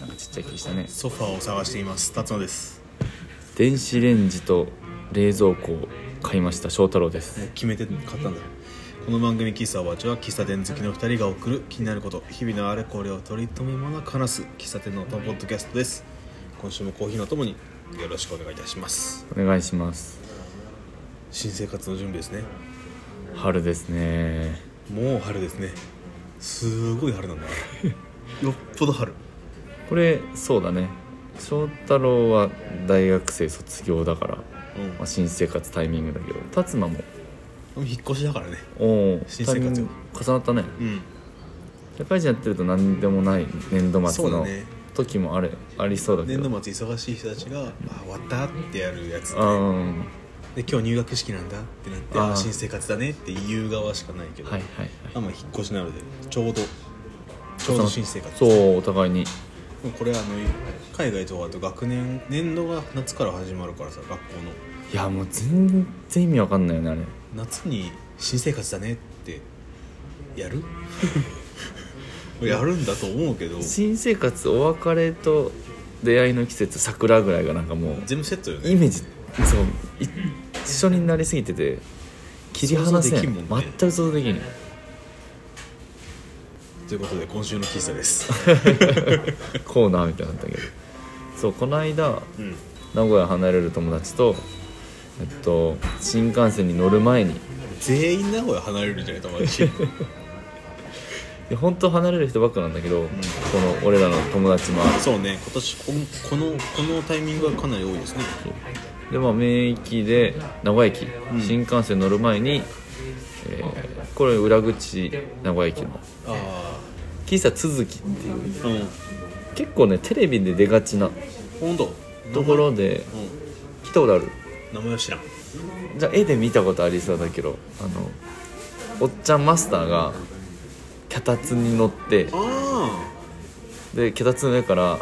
なんかちっちゃい木したねソファーを探しています辰野です電子レンジと冷蔵庫を買いました翔太郎です決めて買ったんだこの番組「喫茶おばあちゃん」は喫茶店好きの2人が送る気になること日々のあれこれを取り留めもなく話す喫茶店のポッドキャストです今週もコーヒーのともによろしくお願いいたしますお願いします新生活の準備ですね春ですねもう春ですねすごい春なんだ なよっぽど春これそうだね翔太郎は大学生卒業だから、まあ、新生活タイミングだけど辰馬もうん引っ越しだからねおお新生活よ重なったねうん社会人やってると何でもない年度そ末うだのね時もあれありそうだけ年ど度末忙しい人たちが「あ終わった」ってやるやつ、ね、うんで今日入学式なんだってなってあーあー新生活だねって言う側しかないけど、はいはいあまあ引っ越しなのでちょうどちょうはいど新生活そうお互いにでもこれあの海外とかだと学年年度が夏から始まるからさ学校のいやもう全然意味わかんないよねあれ夏に新生活だねって やるやるんだと思うけど新生活お別れと出会いの季節桜ぐらいがなんかもう全部セットよイねメージそうい一緒になりすぎてて切り離せ想ん像できんもんね全く想像できんということで今週の喫 茶です、コーナーみたいになったけどそうこの間うん、名古屋離れる友達とえっと新幹線に乗る前にい全員名古屋離れるんじゃない友達や本当離れる人ばっかなんだけど、この俺らの友達もあるそうね今年こんこのこのタイミングはかなり多いですねでまあ名駅で名古屋駅、ん新幹線乗る前に、えーこれ裏口名古屋駅のあ喫茶続きっていうあうん結構ねテレビで出がちな本当ところでう来たことあるん名前は知らんじゃあ絵で見たことありそうだけどあのおっちゃんマスターが脚立に乗ってあで脚立の上からあの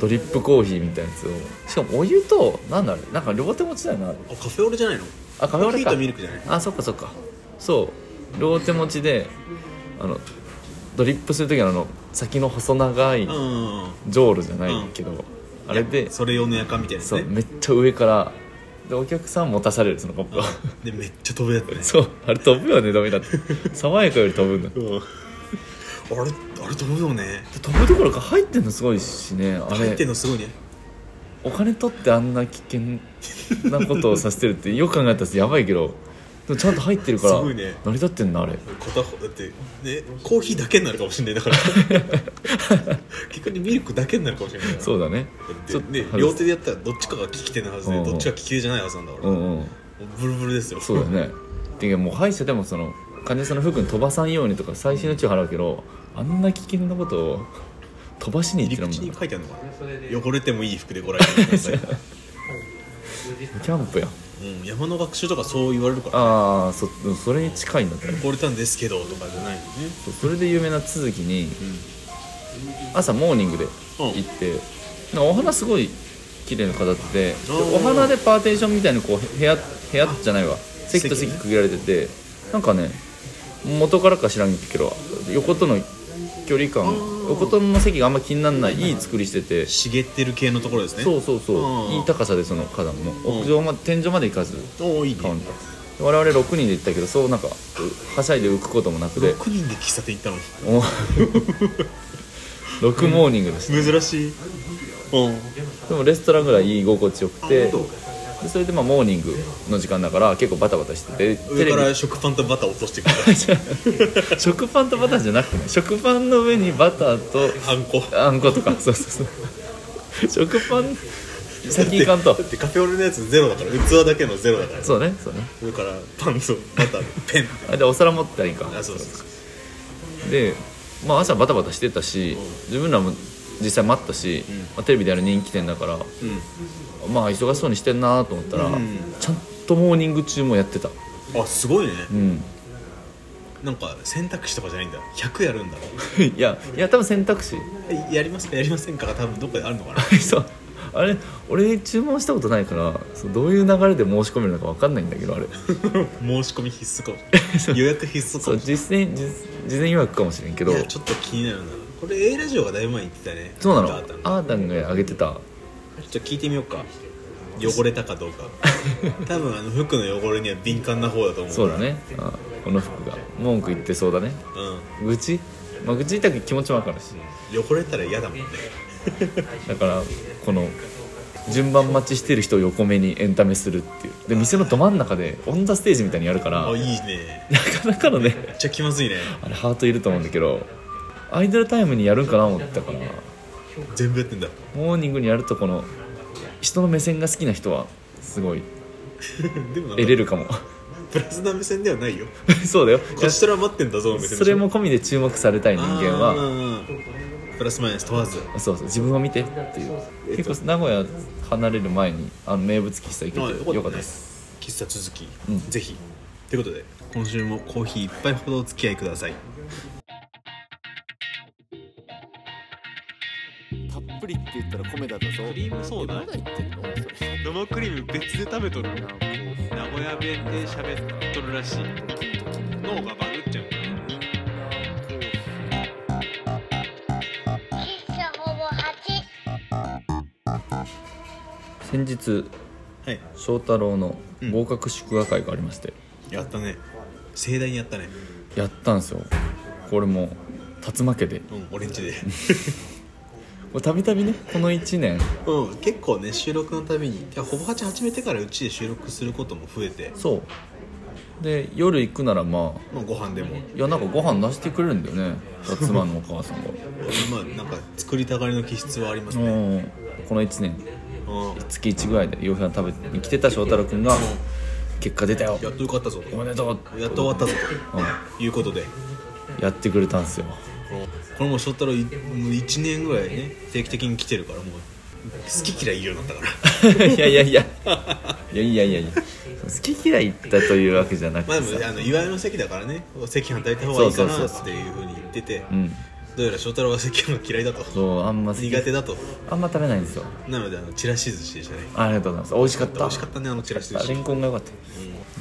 ドリップコーヒーみたいなやつをしかもお湯となんだあれなんか両手持ちだよなあれあカフェオレじゃないのあカフェオレコーヒかーとミルクじゃないあそっかそっかそう両手持ちであのドリップする時のあの先の細長いうんうんうんジョールじゃないけど、あれでそれ用のやかんみたいなやつそうねめっちゃ上からでお客さん持たされるそのカップがでめっちゃ飛ぶやつね そうあれ飛ぶよねダメだって爽やかより飛ぶんだうんあれあれ飛ぶよね飛ぶどころか入ってんのすごいしねあ入ってんれのすごいねお金取ってあんな危険なことをさせてるってよく考えたらやばいけどでもちゃんと入ってるからすごいね成り立ってんなあれ片方だってねコーヒーだけになるかもしれ ないだから逆にミルクだけになるかもしれないからそうだねだってね両手でやったらどっちかが利き手なはずうんでうんどっちが利き手じゃないはずなんだからうもんうんうブルブルですよそうだね ていうかもう歯医者でもその患者さんの服に飛ばさんようにとか最新の注意払うけどあんな危険なことを飛ばしに行って入るもり口んにな書いてあるのかな汚れてもいい服でご来店くださいキャンプやうん山の学習とかそう言われるからああそそれに近いんだったら汚れたんですけどとかじゃないよねそうそれで有名な続きに朝モーニングで行って、なんかお花すごい綺麗に飾っててでおーお花でパーテーションみたいにこう部屋部屋じゃないわ席と席席ね区切られててなんかね元からか知らんけど横との距離感ー横との席があんま気にならないいい作りしてて茂ってる系のところですねそうそうあそうーいい高さでその花壇もん屋上まで天井まで行かずおおいいねカウンターで我々6人で行ったけどそうなんかうはしゃいで浮くこともなくて6人で喫茶店行ったのにお ロックモーニングでした珍しいうんでもレストランぐらい居心地よくてあ本でそれでまあモーニングの時間だから結構バタバタしてて上かビら食パンとバター落としてくるから 食パンとバターじゃなくて食パンの上にバターとあんこあん ことかそうそうそう食パン先行かんとだってカフェオレのやつゼロだから器だけのゼロだからそうねそうね上からパンとバターペンあでお皿持ってたらいいかあそうそうで、まあ、朝バタバタしてたし自分らも実際待ったし、まあ、テレビである人気店だからうまあ忙しそうにしてんなと思ったら、んちゃんとモーニング中もやってたんあすごいねうん なんか選択肢とかじゃないんだ100やるんだいやいや多分選択肢 えやりますかやりませんかが多分どっかであるのかなそうあれ俺注文したことないからそうどういう流れで申し込めるのか分かんないんだけどあれ申し込み必須かも予約必須 かそもう実践実事前予約かもしれんけどいやちょっと気になるなここれ A ラジオがだいぶ前に言ってたねそうなのああったのーたんが上げてたちょっと聞いてみようか汚れたかどうか多分あの服の汚れには敏感な方だと思うそうだねあーこの服が文句言ってそうだねう愚痴まあ愚痴言いたく気持ちもわかるしん汚れたら嫌だもんねだからこの順番待ちしてる人を横目にエンタメするっていうで店のど真ん中でオンザステージみたいにやるからあいいなねかなかのねめっちゃ気まずいねあれハートいると思うんだけどアイドルタイムにやるんかな思ってたから全部やってんだ モーニングにやるとこの人の目線が好きな人はすごいでもなんか得れるかも プラスな目線ではないよそうだよこちとら待ってんだぞの目線でしょそれも込みで注目されたい人間あはープラスマイナス問わずそうそう自分を見てっていう結構名古屋離れる前にあの名物喫茶まあ行けてよかったですね喫茶続き、うんぜひということで今週もコーヒー一杯ほどお付き合いくださいたっぷりって言ったら米だったぞクリームソーダえまだ言ってるのそれ生クリーム別で食べとる名古屋弁で喋っとるらしい脳がバグっちゃう喫茶ほぼ8。先日はい翔太郎のうん合格祝賀会がありまして、やったね盛大にやったねやったんですよこれも竜巻でうん俺ん ちでこれたびたびねこの1年うん結構ね収録のたびにいやほぼ8始めてからうちで収録することも増えて、そうで夜行くならまあまあ、ご飯でもいやなんかご飯出してくれるんだよね妻のお母 さんがまあなんか作りたがりの気質はありますうねんこの1年うん月1ぐらいで夕飯食べに来てた翔太郎くんが結果出たよやっとよかったぞとおめでとうってやっと終わったぞうということでんやってくれたんですよ これもう翔太郎いもう1年ぐらいね定期的に来てるからもう好き嫌い言うようになったから いやいやいやいやいやいやいや好き嫌いだというわけじゃなくまあてでもさ、あの祝いの席だからね席反対いた方がいいかそなうそうそうっていうふうに言っててうんどうやら翔太郎は席が嫌いだとそうあんま好き苦手だとあんま食べないんですよなのであのチラシ寿司でしたねありがとうございます美味しかった美味しかったねあのチラシ寿司レンコンが良かったよ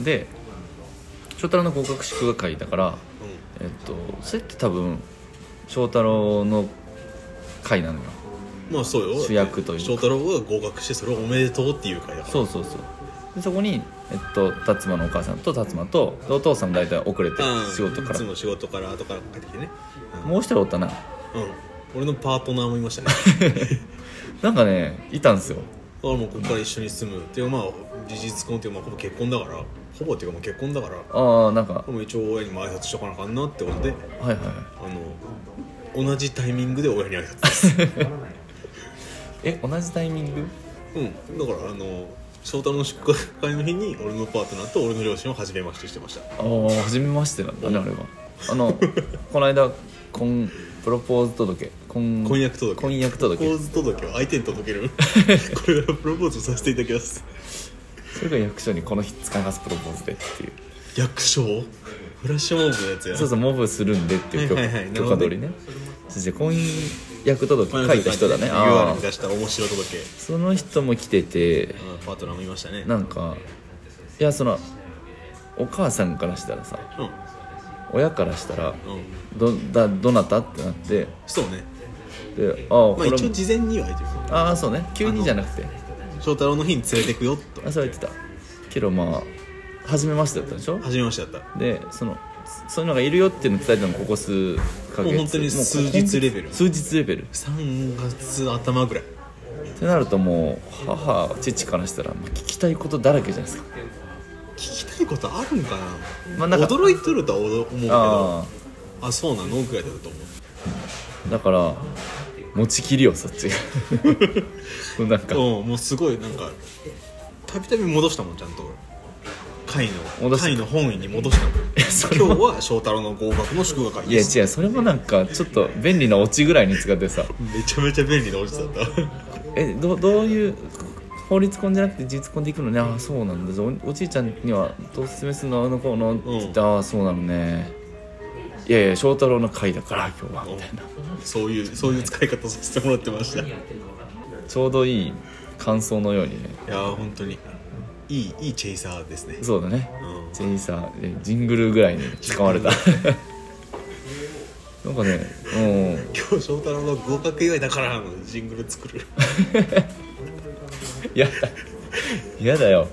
で翔太郎の合格祝賀会だからうえっとそれって多分翔太郎の会なのよんまあそうよ主役というか翔太郎が合格してそれをおめでとうっていう会だからそうそうそうでそこにえっと達馬のお母さんと達馬とでお父さん大体遅れてうん仕事かいらつも仕事から後から帰ってきてねもう一人おったなうん、うん、俺のパートナーもいま したねなんかねいたんすよだからもうここから一緒に住むっていうまあ事実婚っていうまあほぼ結婚だからほぼっていうかもう結婚だからああなんかもう一応親にも挨拶しとかなあかんなってことではいはいあの同じタイミングで親に挨拶です え同じタイミングうんだからあの翔太郎の出荷会の日に俺のパートナーと俺の両親を初めましてしてましたああ初めましてなんだねあれはあの この間婚プロポーズ届婚婚約届婚約プロ届ポーズ届を相手に届 けるこれからプロポーズさせていただきますそれが役所にこの日使いますプロポーズでっていう役所フラッシュモブのやつやそうそうモブするんでっていう許,、はいはいはい許可取りねそして婚約届書いた人だねあ UR あに出した面白届け、その人も来ててうん、パートナーもいましたねなんかいやそのお母さんからしたらさうん親からしたらうんどだどなたってなってそうねでああ、まあこれも一応事前には言ってるああそうね急にじゃなくて翔太郎の日に連れてくよとあそう言ってたけどまあ初めましてだったでしょ初めましてだったでそのそういうのがいるよっていうのを伝えたのここ数ヶ月もう本当に数日もう本当にレベル数日レベル3月頭ぐらいってなるともう母父からしたらもう聞きたいことだらけじゃないですか聞きたいことあるんかな,、まあなんか驚いとるとは思うけどああそうなのぐらいだと思あだから持ちきりよそっちが もうなんかううんもうすごいなんかたびたび戻したもんちゃんと会の戻した会の本位に戻したもん それ今日は翔太郎の合格の祝賀会いやです違うそれもなんかちょっと便利なオチぐらいに使ってさめちゃめちゃ便利なおじさんだったえどどういう法律婚じゃなくて事実婚で行くのねああそうなんだおおじいちゃんにはどうおすすめするのあの子のって言って、ああそうなのねいやいや翔太郎の会だから今日はみたいなそういうそういう使い方させてもらってましたいやちょうどいい感想のようにねー本当にいいいいチェイサーですねそうだねうんジェイサーえジングルぐらいに使われたなんかねうん今日翔太郎の合格祝いだからのジングル作るやだやだよ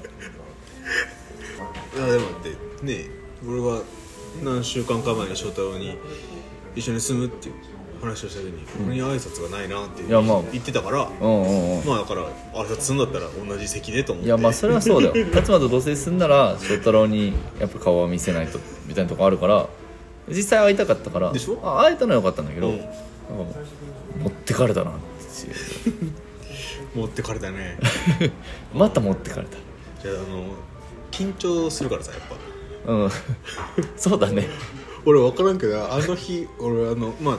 いやでもだってね俺は何週間か前に翔太郎に一緒に住むっていう話をした時に、俺に挨拶がないなっていやまあ言ってたからうんうんうんまあだから挨拶するんだったら同じ席でと思っていやまあそれはそうだよ 辰馬と同棲すんなら翔太郎にやっぱ顔は見せないとみたいなとこあるから実際会いたかったからでしょあ会えたのはよかったんだけど、うんなんか持ってかれたなっていう持ってかれたね また持ってかれたじゃああの緊張するからさやっぱうんそうだね俺分からんけどあの日俺あのまあ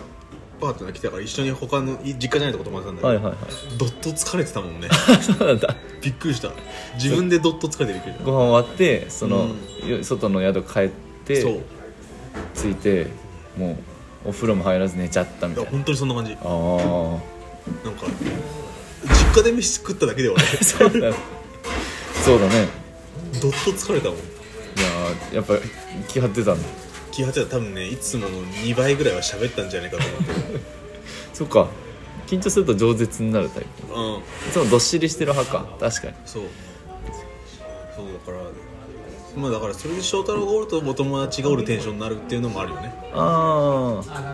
パートナー来たから一緒に他のい実家じゃないとこ泊まってたんだけど、はいはいはいどっと疲れてたもんね そうなんだびっくりした自分でどっと疲れてびっくりしご飯終わってその、うよ外の宿帰ったそうて着いてもうお風呂も入らず寝ちゃったみいたいやな本当にそんな感じなんかああ実家で飯食っただけ で俺ー そうだそうだねどっと疲れたもんいやーやっぱ気張ってたんだ気張ってた多分ねいつもの2倍ぐらいは喋ったんじゃないかと思ってそっか緊張すると饒舌になるタイプうんいつもどっしりしてる派か確かにそうそうだからまあだからそれで翔太郎がおるとお友達がおるテンションになるっていうのもあるよねああ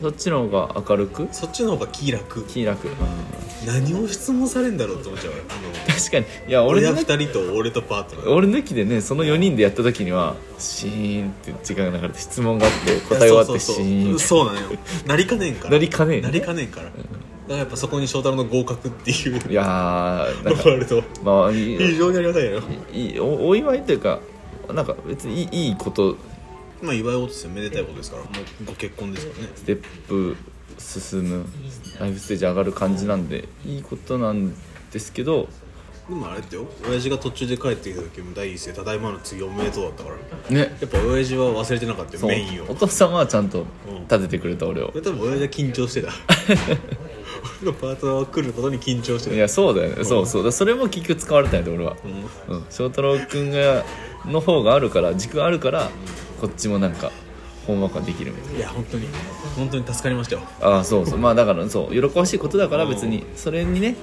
そっちの方が明るくそっちの方が気楽気楽何を質問されんだろうと思っちゃうあの確かにいや俺俺のが中2人と俺とパートナー俺抜きでねその4人でやった時にはシーンって時間が流れて質問があって答え終わってシーンってそうそうそうそうなんよなりかねんからなりかねえなりかねんからだからやっぱそこに翔太郎の合格っていういやーなんのがあかるとまあい非い常にありがた いよいいおお祝いというかなんか別にいいいいことまあ祝い事ですよめでたいことですからもうご結婚ですからねステップ進むライフステージ上がる感じなんでいいことなんですけどでもあれだよ親父が途中で帰ってきた時も第一声「ただいまの次おめでとう」だったからやねっぱ親父は忘れてなかったよそうメインをお父さんはちゃんと立ててくれた俺をこれ多分親父は緊張して た俺のパートナーは来ることに緊張してたいやそうだよねそうそうだそれも結局使われたんやで俺はうんうん翔太郎くんがの方があるから軸あるからこっちもなんかほんわかできるみたいいや本当に本当に助かりましたよなああそうそうまあだからそう喜ばしいことだから別にそれにね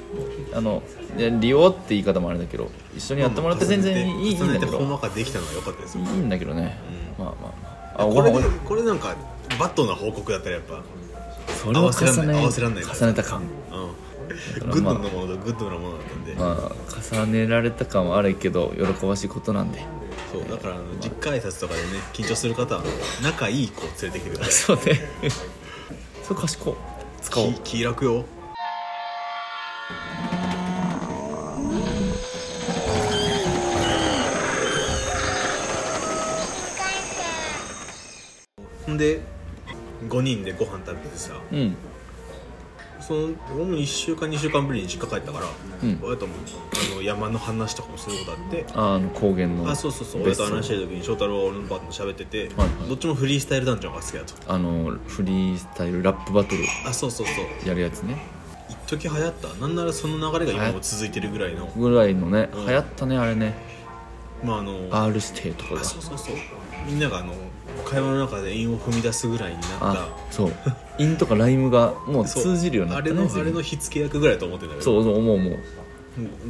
あのいや利用って言い方もあれだけど一緒にやってもらって全然いいいいん重ねだてけほんどわかできたのは良かったですいいよんだけどねうまあまあまああこれごで飯これなんかバットな報告だったらやっぱそれは重ね合わせらんない合わせ重ねた感うんだグからッまあドなものとグッドなものだったんで、まあ重ねられた感はあるけど喜ばしいことなんでそうだからあの実家挨拶とかでね緊張する方は仲いい子を連れてきてくださそうねそれ賢い使おうい気気楽よほんで5人でご飯食べてさうんその俺も1週間2週間ぶりに実家帰ったから、うん親ともあの山の話とかもすることあってああの高原のあそうそうそう親別と荘話してる時に翔太郎は俺のパートナーと喋ってて、はいはいどっちもフリースタイルダンジョンが好きだとあのフリースタイルラップバトルあそうそうそうやるやつね一時流行ったなんならその流れが今も続いてるぐらいのぐらいのね、うん流行ったねあれねまああの R 指定とかがあそうそうそうみんながあの会話の中で韻を踏み出すぐらいになったあそうインとかライムがもうそう通じるようになあったれねの全あれ部の火付け役ぐらいだと思ってたけどそうそう思う思う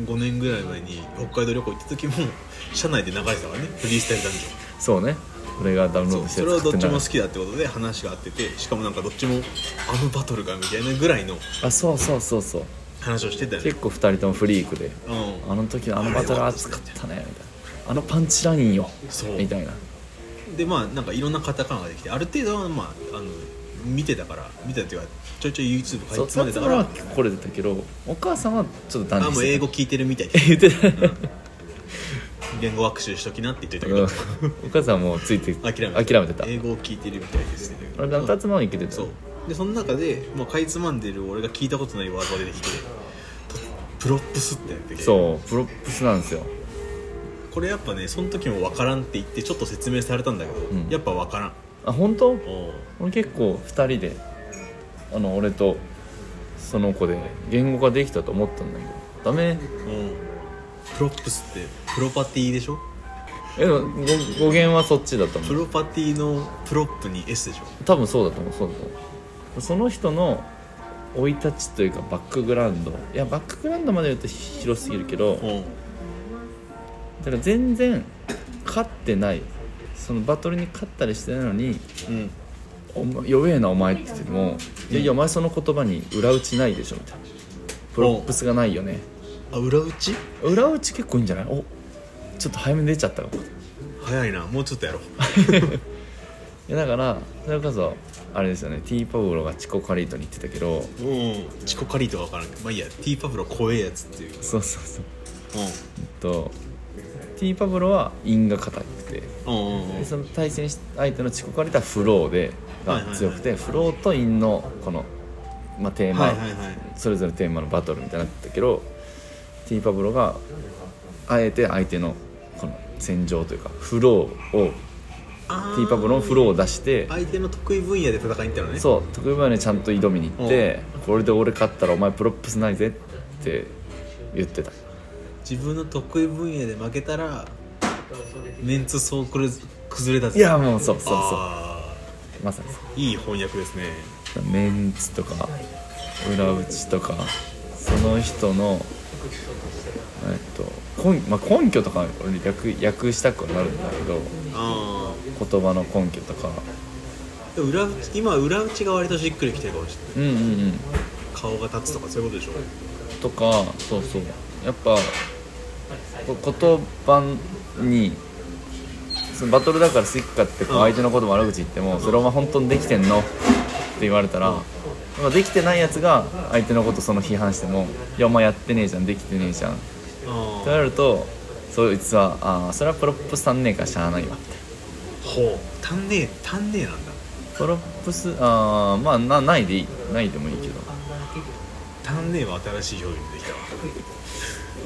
5年ぐらい前に北海道旅行行った時も 車内で流れてたからねフリースタイルダンジョンそうね俺がダウンローそうドしてそれはどっちも好すきだってことで話が合っててしかもなんかどっちもあのバトルかみたいなぐらいのあそうそうそうそう話をしてたよね結構2人ともフリークでうあの時のあのバトル熱かったねみたいなあのパンチラインよんそうみたいなでまあなんかいろんなカタカナができてある程度はまああの見てたから見てたっていうかちょいちょい YouTube かそいうつま妻でたからは来れてたけどお母さんはちょっと断あ念もしうて英た語聞いてるみたい言ってた言語学習しときなって言っというんた お母さんはもうついてけど諦め諦めてた英語を聞いてるみたいですねあれだ二つもいけてたそうでその中で、まあ、かいつまんでる俺が聞いたことないワードが出てきてとプロップスってやっててそうプロップスなんですよこれやっぱねその時も分からんって言ってちょっと説明されたんだけど、んやっぱ分からんあ本当おう俺結構2人であの俺とその子で言語化できたと思ったんだけどダメおうプロップスってプロパティでしょえでも語語源はそっちだと思プうロパティのプロップに S でしょ多分そうだと思うそうだと思うその人の生い立ちというかバックグラウンドいやバックグラウンドまで言うと広すぎるけどうんだから全然勝ってないそのバトルに勝ったりしてないのにうん「お前弱えなお前」って言っても「いやいやお前その言葉に裏打ちないでしょ」みたいなプロップスがないよねあ裏打ち裏打ち結構いいんじゃないおちょっと早めに出ちゃったかも早いなもうちょっとやろういやだからそれこそあれですよねティーパウロがチコカリートに言ってたけどうんチコカリーとか分からんけどまあいいやティーパブロ怖えやつっていうそうそうそううえっとティーパブロは韻が硬くてんうんうんうんでその対戦し相手のチコカリートはフローではがいはいはい強くてフローと韻のこの、まあ、テーマ、はいはいはいそれぞれテーマのバトルみたいになってたけどティーパブロがあえて相手のこの戦場というかフローをティーパブロのフローを出して相手の得意分野で戦いに行ったのねそう特別にちゃんと挑みに行ってこれで俺勝ったらお前プロップスないぜって言ってた自分の得意分野で負けたらメンツそうくれ崩れたぜいやもうそうそうそあうまさにそーいい翻訳ですねうメンツとか裏打ちとかその人のえっと根,、まあ、根拠とか俺略訳したくはなるんだけどあ言葉の根拠とかあ裏打ち今裏打ちが割としっくりきてるかもしれないうんうんうん顔が立つとかそういうことでしょとかそうそうやっぱこ言葉にそのバトルだからスイカってこううん相手のこと悪口言ってもそれお前本当にできてんのって言われたらまあできてないやつが相手のことその批判しても「いやお前やってねえじゃんできてねえじゃん」ってあ言われるとそいつは「ああそれはプロップス足んねえからしゃあないわ」ほう足んねえ足んねえなんだプロップスああまあなないでいいないでもいいけど足んねえは新しい表現できたわ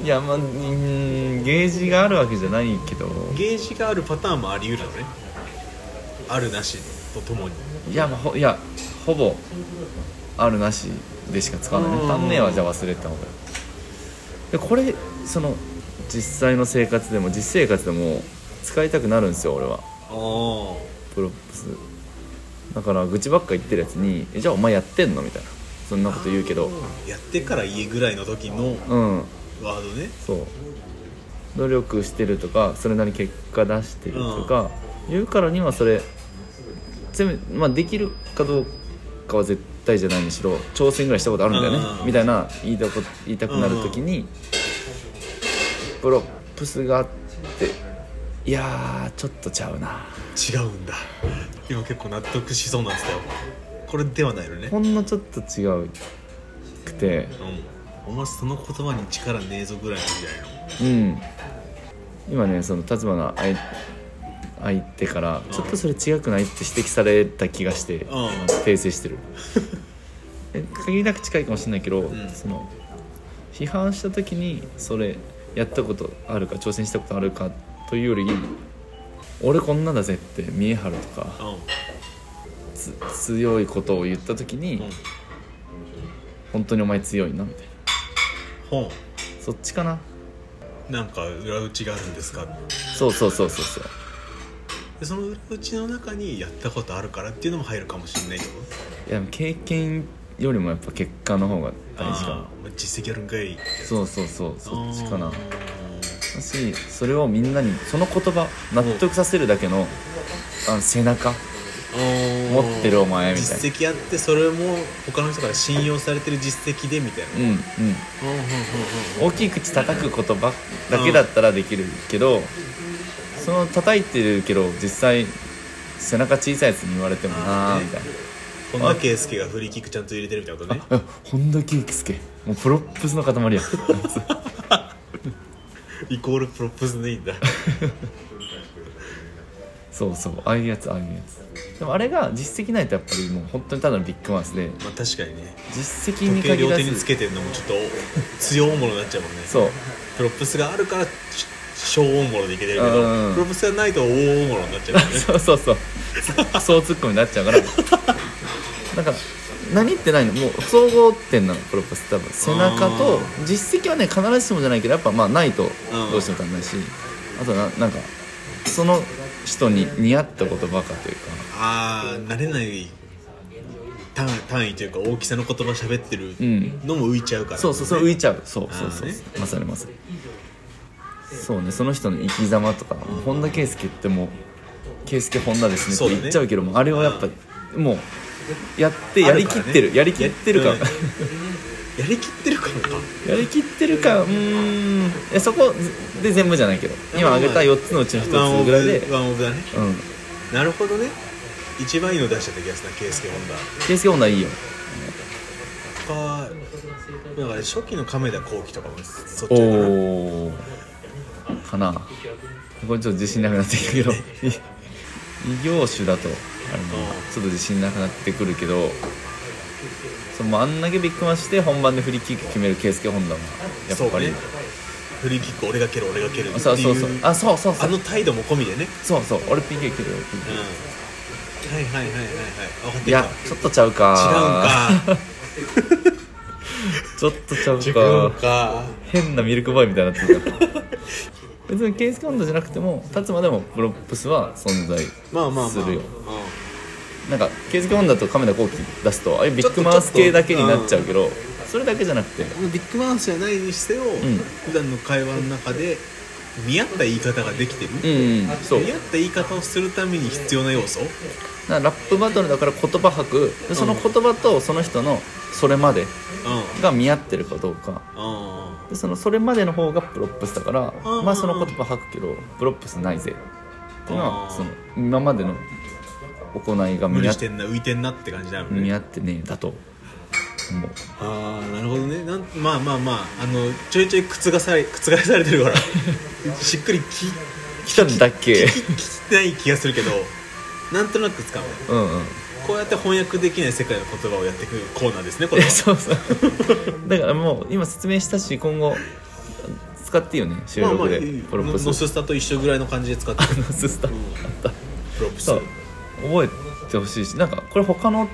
いやまあうーんゲージがあるわけじゃないけどゲージがあるパターンもあり得るのねあるなしとともにいや,、まあ、ほいやほぼあるなしでしか使わないねうん足んねえはじゃあ忘れた方がいいでこれその実際の生活でも実生活でも使いたくなるんですよ俺はああプロップスだから愚痴ばっか言ってるやつに「えじゃあお前やってんの?」みたいなそんなこと言うけどやってから家ぐらいの時のうんワードねそう努力してるとかそれなりに結果出してるとか、言うからにはそれ全部、まあ、できるかどうかは絶対じゃないにしろ挑戦ぐらいしたことあるんだよね、うんみたいな言いたこ言いたくなる時に、プロップスがあっていやーちょっとちゃうな違うんだ今結構納得しそうなんですよこれではないのねほんのちょっと違うくてうんお前その言葉に力ねえぞぐらいの時代のうん今ねその立花相相手からちょっとそれ違くないって指摘された気がしてうん訂正してるえ限りなく近いかもしれないけど、んその批判した時にそれやったことあるか挑戦したことあるかというより俺こんなだぜって見え張るとかつ強いことを言った時に、ん本当にお前強いなみたいな本そっちかななんか裏打ちがあるんですかそうそうそうそうそうでその裏打ちの中にやったことあるからっていうのも入るかもしれないけどいや経験よりもやっぱ結果の方が大事あかー実績あるんかいなそうそうそうそっちかあなーだしそれをみんなにその言葉納得させるだけのあの背中持ってるお前みたいな実績あってそれも他の人から信用されてる実績でみたいなうんうん大きい口叩く言葉だけだったらできるけどその叩いてるけど実際背中小さいやつに言われてもなああーねみたいな本田圭佑がフリーキックちゃんと入れてるみたいなことねあ本田圭佑もうプロップスの塊 やイコールプロップスでいいんだそうそうああいうやつああいうやつでもあれが実績ないとやっぱりもう本当にただのビッグマウスでまあ確かにね実績に時計限両ら手につずけてるのもちょっと強いものになっちゃうもんねそうプロップスがあるからし小大物でいけてるけどうんプロップスがないと大大物になっちゃうもんねそうそうそうそうツッコミになっちゃうからだから何言ってないのもう総合点なのプロポス多分背中と実績はね必ずしもじゃないけどやっぱまあないとどうしても足んないしあとななんかその人に似合った言葉かというかあー慣れない単単位というか大きさの言葉喋ってるうんのも浮いちゃうから、そうそうそう浮いちゃうそうそうあーそうねまさにまさにそうねその人の生き様とか本田圭佑ってもう「圭佑本田ですそね」ってうだね言っちゃうけどもあれはやっぱもうやってやりきってあるからやねりきってる感やうんやりきってる感か やりきってる感うーんえそこで全部じゃないけど今挙げた4つのうちのワン1オつぐブらいでワンオブだねうんなるほどね一番いいの出しちゃった気がするな圭佑ホンダ圭佑本田いいよ他だから初期の亀田光輝とかもそっおちだなおかなこれちょっと自信なくなってきたけど 異業種だとあのちょっと自信なくなってくるけどそのあんだけビッグマンして本番でフリーキック決める圭佑本田はやっぱりそうねフリーキック俺が蹴る俺が蹴るっていうそう,、そうそうそうあそうそうそあうの態度も込みでねそうそう俺 PK 切るようんはいはいはいはいはい分かっていきたやちょっとちゃうか違うんか ちょっとちゃう違かうか変なミルクボーイみたいになってる別にケースカウントじゃなくても立までもプロップスは存在まあまあまあするようなんかケースカウントだと亀田光輝出すとああいうビッグマウス系だけになっちゃうけどそれだけじゃなくてんビッグマウスじゃないにせよ、ん普段の会話の中で見合った言い方ができてる、うん、うん、そう見合った言い方をするために必要な要素なんかラップバトルだから言葉吐くその言葉とその人のそれまでうんうんが見合ってるかどうかあでそのそれまでの方がプロップスだからうんまあその言葉吐くけどプロップスないぜっていうのうはんその今までの行いが見無合理っしてんな浮いてんなって感じなの見ね合ってねえだと思うああなるほどねなんまあまあまああのちょいちょい覆され覆されて るからしっくりき来たんだっけ聞きない気がするけどなんとなくつかむうんうんこうやって翻訳できない世界の言葉をやっていくコーナーですねこいれや はそうそうだからもう今説明したし今後使っていいよね収まあまあ録でいいプロッノプスノススタと一緒ぐらいの感じで使 ってるノススタプロップスそう覚えてほしいしなんかこれ他の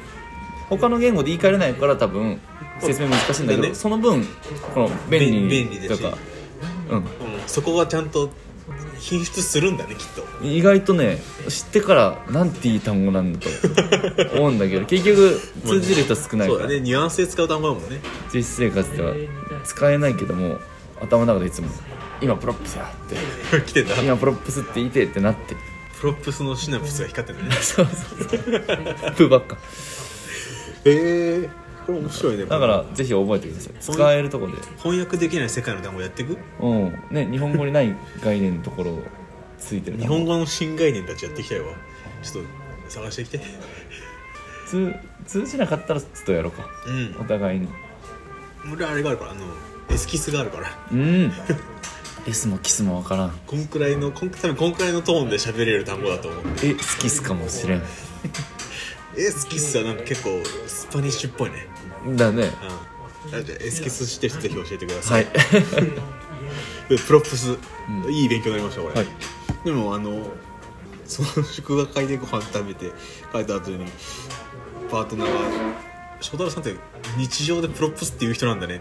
他の言語で言い換えれないから多分説明難しいんだけだどねその分この便利便便利だとしかうんうんそこはちゃんと品質するんだねきっと意外とね知ってからなんていい単語なんだと思うんだけど結局通じる人少ないそうかだらねニュアンスで使う単語だもんね実生活では使えないけども頭の中でいつも「今プロップスや」って 来てんだ「今プロップスって言いて」ってなってプロップスのシナプスが光ってるねそうそうそうプーばっかへえこれ面白いねだからぜひ覚えてください使えるとこで翻訳できない世界の単語やっていくうんね日本語にない概念のところをついてる日本語の新概念たちやっていきたいわちょっと探してきて通通じなかったらちょっとやろうかうんお互いに俺あれがあるからあのエスキスがあるからうん S もキスもわからんこんくらいのこん多分こんくらいのトーンで喋れる単語だと思うえ好きっすかもしれんエスキスはなんか結構スパニッシュっぽいねだねうんあじゃあエスキス知ってる人ぜひ教えてくださ、はいいでプロップス、ういい勉強になりましたこれ、はいでもあのその祝賀会でご飯食べて帰った後にパートナーが「翔太郎さんって日常でプロップスっていう人なんだね」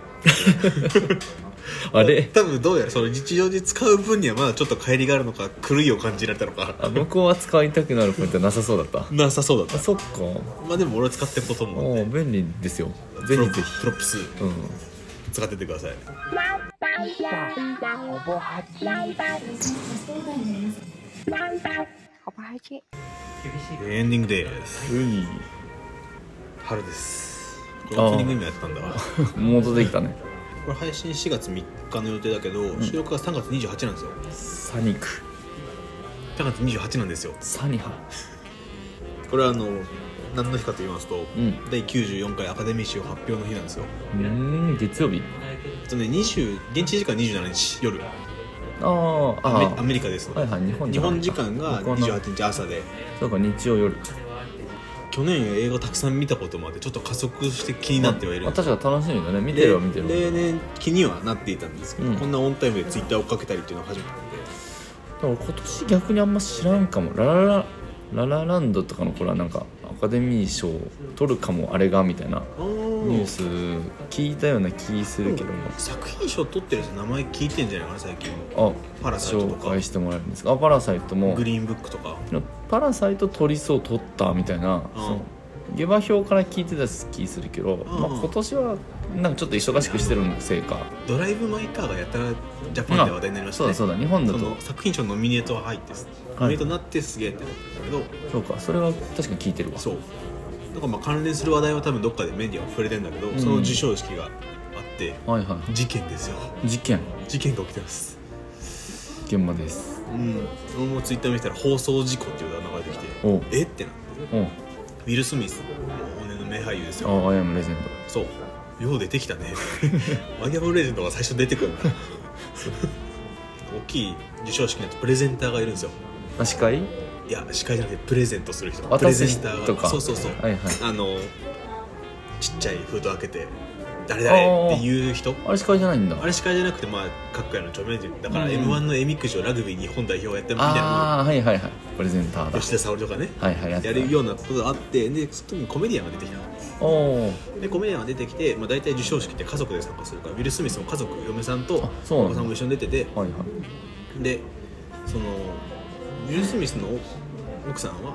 あれ多分どうやらその日常で使う分にはまだちょっと乖りがあるのか狂いを感じられたのかあ向こうは使いたくなるポイントなさそうだったなさそうだあっそっかたまあでも俺は使ってることももう便利ですよぜひぜひプロップスうん使ってってください好吧，还这。エンディングですうい春ですこれオープニングにもやってたんだわ戻ってきたねこれ配信4月3日の予定だけど、収録が3月28なんですよサニク3月28なんですよサニハこれはあの何の日かと言いますと、ん第94回アカデミー賞発表の日なんですようーん月曜日えっとね20現地時間27日夜あーアメあアあメリカですはいはい日本日本時間が僕はな28日朝でそうか日曜夜去年映画たくさん見たこともあってちょっと加速して気にになってはいるんです確か楽しみだね見てるは見てるわ例年気にはなっていたんですけど、うんこんなオンタイムでツイッターを追っかけたりっていうのは初めてなんででも今年逆にあんま知らんかもラララララランドとかの頃はなんかアカデミー賞取るかもあれがみたいなあーニュース聞いたような気するけども、作品賞取ってる人名前聞いてんじゃないかな最近あパラサイトと紹か介してもらえるんですかあパラサイトもグリーンブックとかパラサイト取りそう取ったみたいな、うんその下馬評から聞いてた気するけど、まあ、今年はなんかちょっと忙しくしてるのせいか、ドライブ・マイ・カーがやたらジャパンで話題になりましそたうねだそうだ日本だそとの作品賞ノミネートは入ってす、ノミネートになってすげえってなったんだけそうかそれは確かに聞いてるわどそうなんかまあ関連する話題は多分どっかでメディアは触れてんだけど、んその授賞式があってはいは事件ですよい事件事件が起きてます現場ですうん俺もツイッター見てたら放送事故っていうのが流れてきておうえってなっておうウィル・スミス往年の名俳優ですよあアイアムレジェンそうよう出てきた ねマギャブレジェンドが最初出てくるんだ大きい授賞式のプレゼンターがいるんですよドあ司会いや司会じゃなくてプレゼントする人プ渡レすゼン人ターがとかそうそうそう、はいはいあのちっちゃい封筒開けて「誰々」っていう人あれ司会じゃないんだあれ司会じゃなくてまあ各界の著名人だからうん m 1のえみくじをラグビー日本代表がやったみたいなああはいはいはいプレゼンターのだを吉田沙保里とかねはいはいやってやたるようなことがあってでその時にコメディアンが出てきたのおおでコメディアンが出てきて、まあ、大体授賞式って家族で参加するからウィル・スミスの家族嫁さんとあそうなおん子ださんも一緒に出ててはいはいでそのウィル・スミスの奥さんは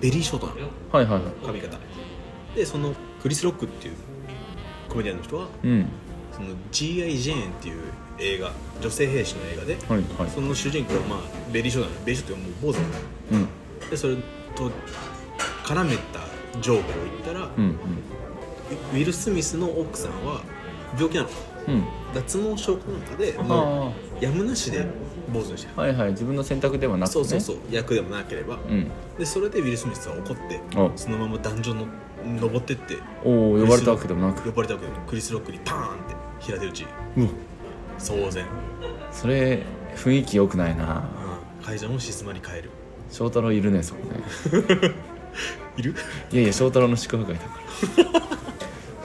ベリーショートなのはいはいはい髪型でそのクリス・ロックっていうコメディアンの人はうんその G.I. ジェーンっていう映画女性兵士の映画ではいはいその主人公は、まあ、ベリー・ショーダンベリー・ショーダンってもう坊主なんだようんでそれと絡めたジョークを言ったら、うウんィル・スミスの奥さんは病気なのうんうん脱毛症かなんかであもうやむなしで坊主にしてるあはいはい自分の選択ではなくてそうねそうそう役でもなければ、うんでそれでウィル・スミスは怒ってあそのまま壇上の登ってっておお呼ばれたわけでもなく呼ばれたわけでもなくクリス・ロックにパーンって平手打ちうわ騒然、それ雰囲気良くないな会場も静まり返る翔太郎いるねそこ ねいるいやいや翔太郎の祝福会だから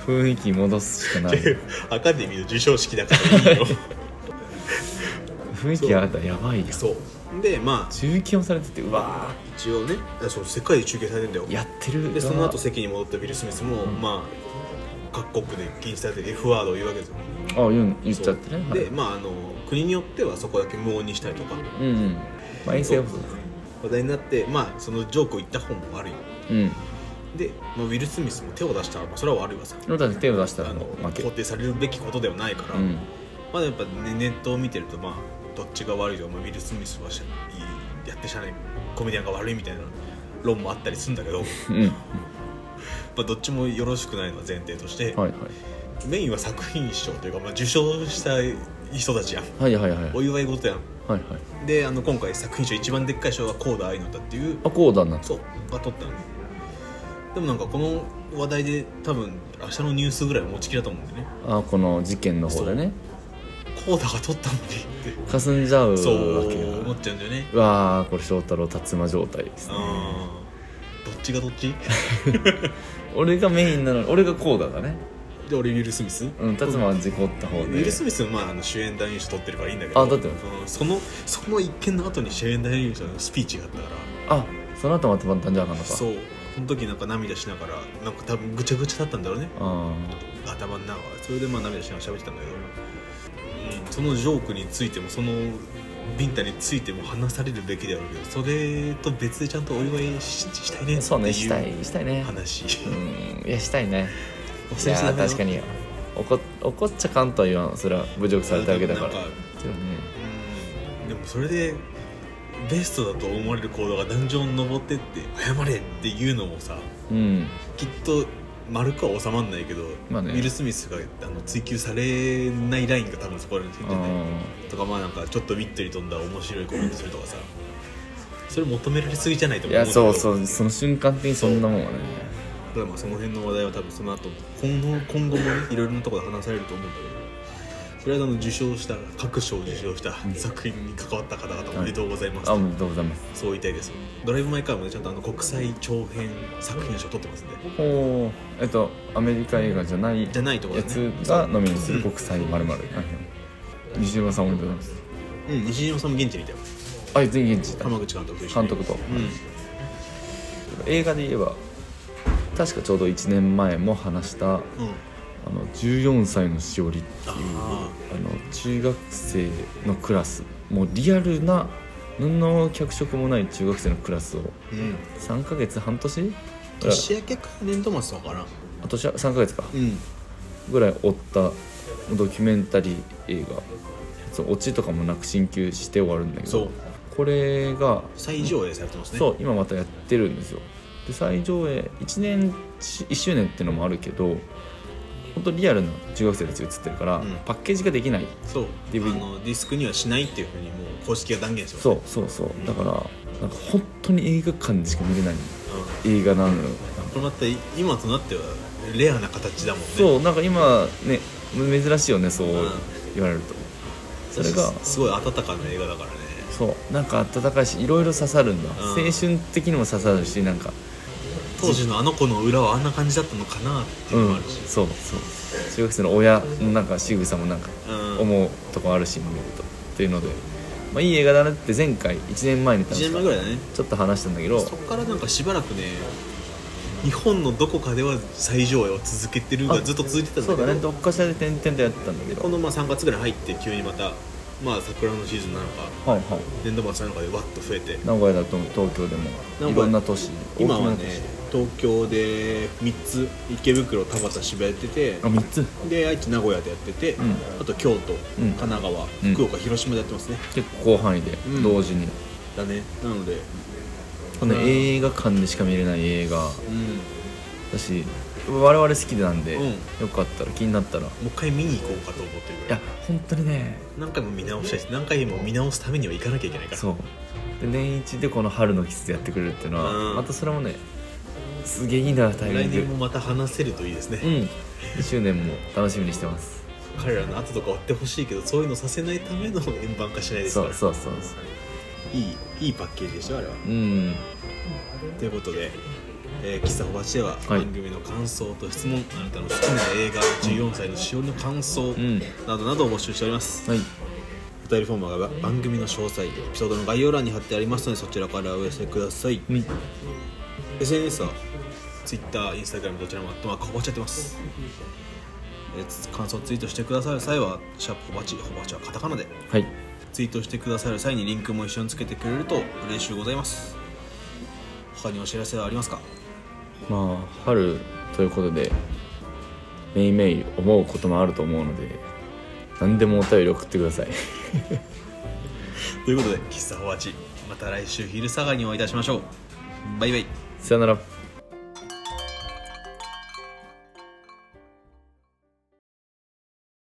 雰囲気戻すしかない アカデミーの授賞式だからいい よ雰囲気あったらやばいやんそうでまあ中継をされててうわ一応ねあそう世界で中継されてんだよーやってるでその後あ席に戻ったウィル・スミスも、まあ各国で禁止されてる F ワードを言うわけですよ言う言っちゃってねそうでまああの国によってはそこだけ無音にしたりとかはいうんうんまあ衛星放送だ話題になってまあそのジョークを言った方も悪いうんで、まあ、ウィル・スミスも手を出したら、まあ、それは悪いわさだって手を出したらあものう負け肯定されるべきことではないから、うんまあやっぱ、ね、ネットを見てるとまあどっちが悪いよ、まあ、ウィル・スミスはしゃいいやってしゃあないコメディアンが悪いみたいな論もあったりするんだけど まうんあどっちもよろしくないのは前提として、はいはいメインは作品賞というか、まあ、受賞した人たちやんはいはいはいはいお祝い事やはいんであの今回作品賞一番でっかい賞がコーダ愛の歌っていうあこうだなそうが取ったのでもなんかこの話題で多分明日のニュースぐらいは持ちきりだと思うんでねあこの事件の方でねコーダが取ったのにってかすんじゃうわけそよう思っちゃうんだよねうわーこれ翔太郎竜馬状態ですねうんどっちがどっち俺がメインなのに俺がこうだだねで俺ウィル・スミス、うん竜馬は事故った方ウィでル・スミスは、まあ、あの主演男優賞取ってるからいいんだけどあだってうんそのその一件の後に主演男優賞のスピーチがあったかあその後またバンタンジャーかんのらかそうその時なんか涙しながらなんか多分ぐちゃぐちゃだったんだろうねあ頭の中はそれでまあ涙しながら喋ってたんだけど、うん、そのジョークについてもそのビンタについても話されるべきであるけどそれと別でちゃんとお祝いししたいねあそうねっていしたいしたいね話うんいやしたいねい忘れやちゃダメだ確かに怒っ怒っちゃかんとは言わんそれは侮辱されたわけだからなんかけどねうんでもそれでベストだと思われる行動が壇上に登ってって謝れっていうのもさうんきっと丸くは収まんないけど、まあねウィル・スミスがあの追求されないラインが多分そこら辺にう出てねんとかまあなんかちょっとウィットに飛んだ面白いコメントするとかさそれ求められすぎじゃないとい思うんやだけどそうそうその瞬間的にそんなもんはねただまあその辺の話題は多分その後今後今後もねいろいろなところで話されると思うんだけどそれはあの受賞した各賞を受賞した作品に関わった方々おめでとうございます、あおめでとうございますそう言いたいですドライブ・マイ・カーもねちゃんとあの国際長編作品賞取ってますんでおおえっとアメリカ映画じゃないじゃないところやでつねがノミネートする国際まるまる西島さんおめでとうございますうん西島さんも現地にいたよあ全員現地だ浜口監督と一緒に監督とうん映画で言えば確かちょうど1年前も話したあうんの14歳のしおりっていうああの中学生のクラスもうリアルな何の脚色もない中学生のクラスをーうん3ヶ月半年年明けか年度末だからあ年は3ヶ月かうんぐらい追ったドキュメンタリー映画そうオチとかもなく進級して終わるんだけそうどこれが最上映されてますねそう今またやってるんですよで再上映1年1周年っていうのもあるけど本当リアルな中学生たちが映ってるから、うんパッケージができないそう DVD あのディスクにはしないっていうふうにもう公式が断言してますそうそうそうだからなんか本当に映画館でしか見れないうん映画なのよこれまた今となってはレアな形だもんねそうなんか今ね珍しいよねそううん言われるとそれがすごい温かな映画だからねそうなんか温かいしいろいろ刺さるんだ、ん青春的にも刺さるしなんか当時のあの子の裏はあんな感じだったのかなっていううのもんあるし、そうそう中学生の親のなんか仕草もなんかうん思うとこあるし見るとっていうので、まあ、いい映画だなって前回1年前に1確か年前ぐらいだねちょっと話したんだけどそこからなんかしばらくね日本のどこかでは最上映を続けてるがずっと続いてたんだそうけだどねどっかしらで点々とやってたんだけどこのまあ3月ぐらい入って急にまた、まあ、桜のシーズンなのかはいはい年度末なのかでわっと増えて名古屋だと東京で古屋もいろんな都市今は大ねきめ東京で3つ池袋田端渋谷やってての都市あ3つで愛知名古屋でやってて、んあと京都、うん神奈川、ん福岡広島でやってますね結構広範囲でうん同時に、だねなのでこの映画館でしか見れない映画うんもだし我々好きでなんで、うんよかったら気になったらいう一回見に行こうかと思ってるぐらやい本当にね何回も見直したいし何回も見直すためには行かなきゃいけないからそうで年一でこの春の季節やってくれるっていうのは、うんまたそれもねすげえいいなタイミ来ング年もまた話せるといいですね、うん2周年も楽しみにしてます彼らの後とか追ってほしいけどそういうのさせないための円盤化しないですかそらうそうそうそいいいいパッケージでしたあれはううんということで、えー、喫茶おばちでははい番組の感想と質問、あなたの好きな映画14歳のしおりの感う想んなどなどを募集しております、はいお便りフォームは番組の詳細エピソードの概要欄に貼ってありますのでそちらからお寄せくださいうん SNS は Twitter、Instagram どちらもアットマークほばちゃってますえーつ感想ツイートしてくださる際は「シャープほばち」ほばちはカタカナではいツイートしてくださる際にリンクも一緒につけてくれると嬉しゅうございます他にお知らせはありますかまあ春ということでめいめい思うこともあると思うので何でもお便り送ってくださいということで喫茶ほばちまた来週昼下がりにお会いいたしましょうバイバイさよなら